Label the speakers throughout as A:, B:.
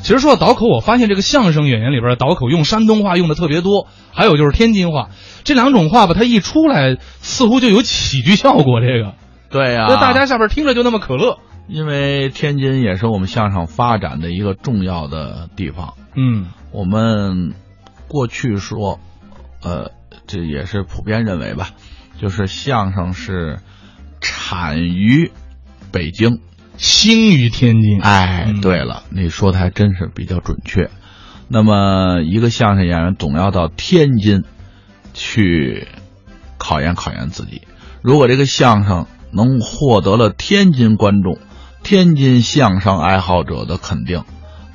A: 其实说到倒口，我发现这个相声演员里边的倒口用山东话用的特别多，还有就是天津话，这两种话吧，它一出来似乎就有喜剧效果。这个，
B: 对呀、
A: 就大家下边听着就那么可乐。
B: 因为天津也是我们相声发展的一个重要的地方。
A: 嗯
B: 我们过去说，呃，这也是普遍认为吧，就是相声是产于北京。
A: 兴于天津。
B: 哎
A: 嗯，
B: 对了，你说的还真是比较准确。那么，一个相声演员总要到天津去考验考验自己。如果这个相声能获得了天津观众、天津相声爱好者的肯定，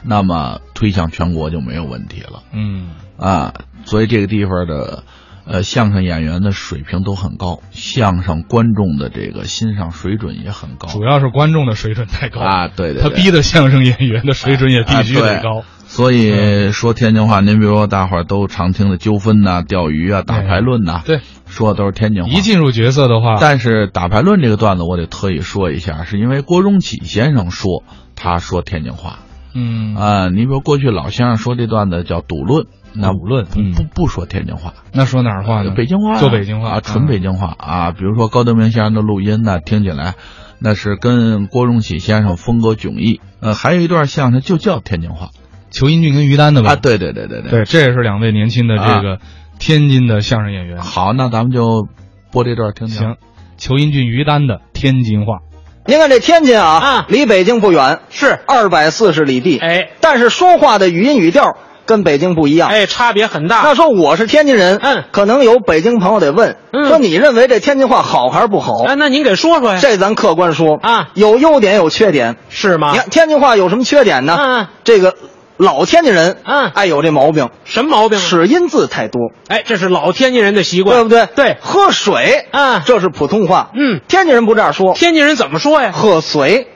B: 那么推向全国就没有问题了
A: 嗯，
B: 啊！所以这个地方的呃相声演员的水平都很高，相声观众的这个欣赏水准也很高
A: 主要是观众的水准太高，
B: 啊！对对，
A: 他
B: 对
A: 逼的相声演员的水准也必须得高。
B: 所以说天津话，您比如说大伙儿都常听的纠纷呐、钓鱼啊、打牌论呐、
A: 对，
B: 说的都是天津话。
A: 一进入角色的话，
B: 但是打牌论这个段子，我得特意说一下，是因为郭荣启先生说他说天津话
A: 嗯
B: 啊、你比如过去老先生说这段子叫赌论，那
A: 赌论
B: 不
A: 嗯
B: 不不说天津话，
A: 那说哪儿话呢？
B: 北京话呀、
A: 就北京话嗯
B: 啊，纯北京话啊。比如说高德明先生的录音呢，听起来那是跟郭荣启先生风格迥异。呃，还有一段相声就叫天津话
A: 裘英俊跟于丹的吧？
B: 啊，对对对对对啊
A: 对，这也是两位年轻的这个天津的相声演员。
B: 好，那咱们就播这段听听。啊
A: 行，裘英俊、于丹的天津话。
C: 您看这天津啊，
D: 啊
C: 离北京不远，
D: 是
C: 二百四十里地。
D: 哎
C: 但是说话的语音语调跟北京不一样。
D: 哎，差别很
C: 那
D: 大。
C: 说我是天津人，
D: 嗯
C: 可能有北京朋友得问，
D: 嗯
C: 说你认为这天津话好还是不好？
D: 哎，那您给说说呀？
C: 这咱客观说
D: 啊
C: 有优点有缺点。
D: 是吗
C: 你？看天津话有什么缺点呢？
D: 嗯
C: 这个老天津人，
D: 嗯
C: 爱有这毛病，
D: 什么毛病？，
C: 使音字太多，
D: 哎，这是老天津人的习惯，
C: 对不对？
D: 对，
C: 喝水，
D: 嗯
C: 这是普通话，
D: 嗯
C: 天津人不这样说，
D: 天津人怎么说呀？
C: 喝水，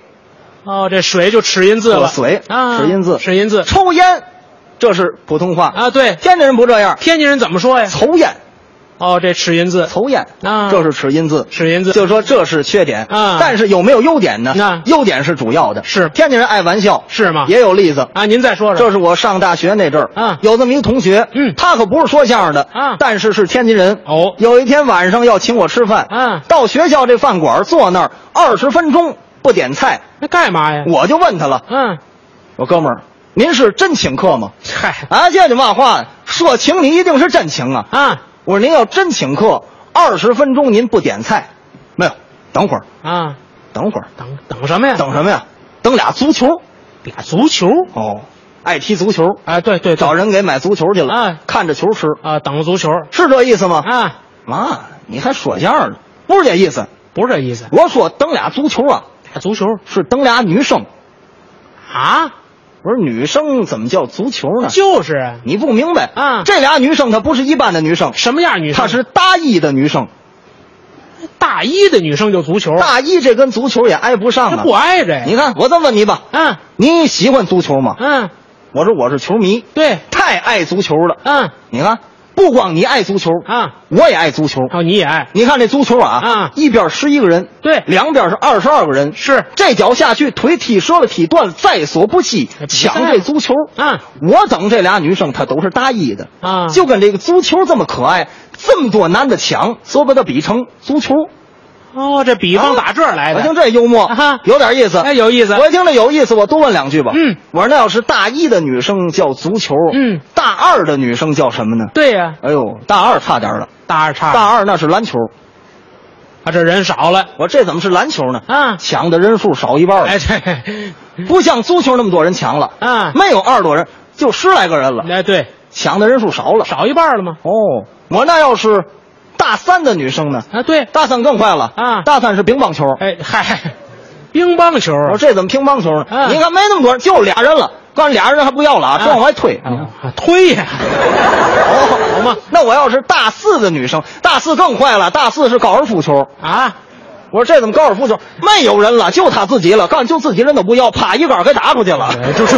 D: 哦，这水就齿音字
C: 喝
D: 了，
C: 水
D: 啊，
C: 齿音字
D: 齿音字
C: 抽烟，这是普通话
D: 啊，对，
C: 天津人不这样，
D: 天津人怎么说呀？
C: 抽烟，
D: 哦，这齿音字，
C: 抽烟，
D: 啊
C: 这是齿音字，
D: 齿音字
C: 就说这是缺点
D: 啊
C: 但是有没有优点呢？
D: 那
C: 优点是主要的，
D: 是
C: 天津人爱玩笑，
D: 是吗
C: 也有例子。
D: 啊，您再说说。
C: 这是我上大学那阵儿，
D: 啊
C: 有这么一个同学，
D: 嗯
C: 他可不是说相声的，
D: 啊
C: 但是是天津人。
D: 哦
C: 有一天晚上要请我吃饭，
D: 啊
C: 到学校这饭馆坐那儿二十分钟不点菜，
D: 那哎干嘛呀？
C: 我就问他了，
D: 嗯，
C: 我哥们儿，您是真请客吗？
D: 嗨
C: 啊，这就嘛话，说请您一定是真请啊！
D: 啊
C: 我说您要真请客，二十分钟您不点菜，没有，等会儿，
D: 啊，
C: 等会儿，
D: 等等什么呀？
C: 等什么呀？等俩足球
D: 俩足球。
C: 哦，爱踢足球，
D: 哎，对对，对
C: 找人给买足球去了，
D: 啊
C: 看着球吃，
D: 啊，等足球
C: 是这意思吗？
D: 啊，
C: 妈，你还说相声呢？不是这意思，
D: 不是这意思。
C: 我说等俩足球啊，
D: 打足球
C: 是等俩女生。
D: 啊，
C: 我说女生怎么叫足球呢？
D: 就是啊，
C: 你不明白
D: 啊
C: 这俩女生她不是一般的女生，
D: 什么样女生？
C: 她是大一的女生。
D: 大一的女生就足球，
C: 大一这跟足球也挨不上
D: 哦这
C: 啊。
D: 不挨着呀。
C: 你看，我这么问你吧，
D: 嗯
C: 你喜欢足球吗？
D: 嗯，
C: 我说我是球迷，
D: 对，
C: 太爱足球了。
D: 嗯
C: 你看，不光你爱足球，
D: 啊，
C: 我也爱足球。
D: 哦，你也爱，
C: 你看这足球啊
D: 啊，
C: 一边十一个人，
D: 对
C: 两边是二十二个人，
D: 是
C: 这脚下去，腿踢折了，踢断了，在所不惜
D: 哎比赛
C: 抢这足球。
D: 啊，
C: 我等这俩女生，她都是大一的
D: 啊
C: 就跟这个足球这么可爱，这么多男的抢，所以把它比成足球。
D: 哦，这比方打这儿来
C: 我听
D: 的，
C: 这幽默
D: 啊哈，
C: 有点意思。
D: 哎，有意思
C: 我，一听这有意思，我多问两句吧。
D: 嗯，
C: 我说那要是大一的女生叫足球，
D: 嗯，
C: 大二的女生叫什么呢？
D: 对呀，
C: 哎呦，大二差点了，
D: 大二差，
C: 大二那是篮球。
D: 啊，这人少了
C: 我说这怎么是篮球呢？
D: 啊，
C: 抢的人数少一半了，
D: 哎这，
C: 不像足球那么多人抢了，
D: 啊
C: 没有二十多人，就十来个人了，
D: 哎对，
C: 抢的人数少了。
D: 少一半了吗？
C: 哦，我说那要是大三的女生呢？
D: 啊对，
C: 大三更快了
D: 啊
C: 大三是乒乓球。
D: 哎嗨，乒乓球，
C: 我说这怎么乒乓球呢？
D: 啊
C: 你看没那么多人，就俩人了，告诉你俩人还不要了啊，
D: 啊
C: 这往外推。
D: 啊推呀，
C: 哦，
D: 好吗？
C: 那我要是大四的女生，大四更坏了，大四是高尔夫球。
D: 啊，
C: 我说这怎么高尔夫球？没有人了，就他自己了，告诉你就自己人都不要，啪一杆给打出去了。
D: 哎就这。